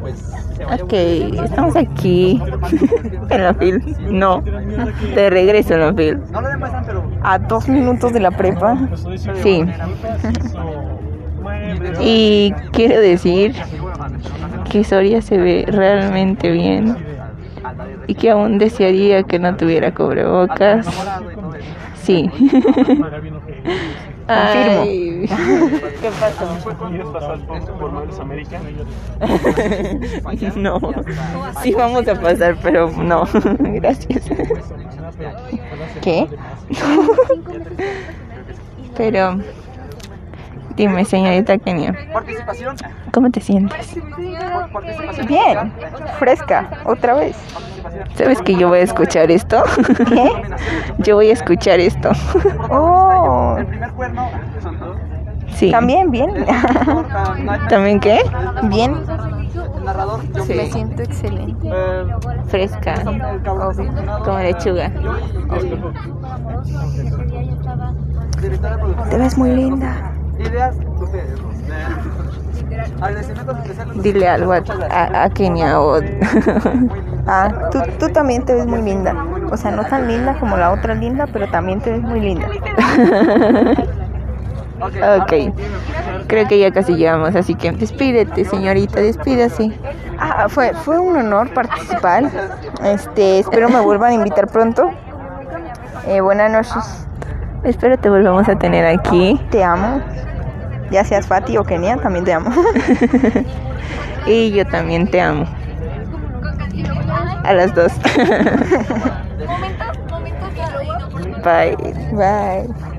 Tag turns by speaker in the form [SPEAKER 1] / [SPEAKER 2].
[SPEAKER 1] pues,
[SPEAKER 2] Ok, estamos aquí en la fil. No, de regreso en la fil.
[SPEAKER 3] A dos minutos de la prepa.
[SPEAKER 2] Sí. Y quiero decir que Soria se ve realmente bien y que aún desearía que no tuviera cubrebocas. Sí. Ay.
[SPEAKER 3] ¿Qué pasó?
[SPEAKER 4] ¿Quieres pasar por, por Modelos América?
[SPEAKER 2] No. Sí vamos a pasar, pero no. Gracias. ¿Qué? Pero dime, señorita Kenia,
[SPEAKER 1] Participación.
[SPEAKER 2] ¿cómo te sientes?
[SPEAKER 1] Participación.
[SPEAKER 3] Bien, fresca, otra vez.
[SPEAKER 2] ¿Sabes que yo voy a escuchar esto? Yo voy a escuchar esto.
[SPEAKER 3] Oh,
[SPEAKER 1] Primer cuerno.
[SPEAKER 2] Sí.
[SPEAKER 3] también bien.
[SPEAKER 2] ¿También qué?
[SPEAKER 3] Bien,
[SPEAKER 1] Narrador. Yo
[SPEAKER 3] me siento excelente. Oh,
[SPEAKER 1] eh,
[SPEAKER 2] Fresca,
[SPEAKER 1] el cabrón.
[SPEAKER 2] como lechuga.
[SPEAKER 1] este. Directora de producción.
[SPEAKER 3] Te ves muy linda.
[SPEAKER 1] Ideas de ustedes. dos. Eh, Agradecimientos especiales.
[SPEAKER 2] Dile algo a, a, a Kenia o...
[SPEAKER 3] Ah, tú, tú también te ves muy linda. O sea, no tan linda como la otra linda, pero también te ves muy linda.
[SPEAKER 2] ok, creo que ya casi llegamos, así que despídete, señorita, despídase.
[SPEAKER 3] Ah, fue, fue un honor participar. Este, espero me vuelvan a invitar pronto. Eh, buenas noches.
[SPEAKER 2] Espero te volvamos a tener aquí.
[SPEAKER 3] Te amo. Ya seas Fati o Kenia, también te amo.
[SPEAKER 2] Y yo también te amo. A las dos.
[SPEAKER 5] Momentos, momentos de reino.
[SPEAKER 2] Bye.
[SPEAKER 3] Bye.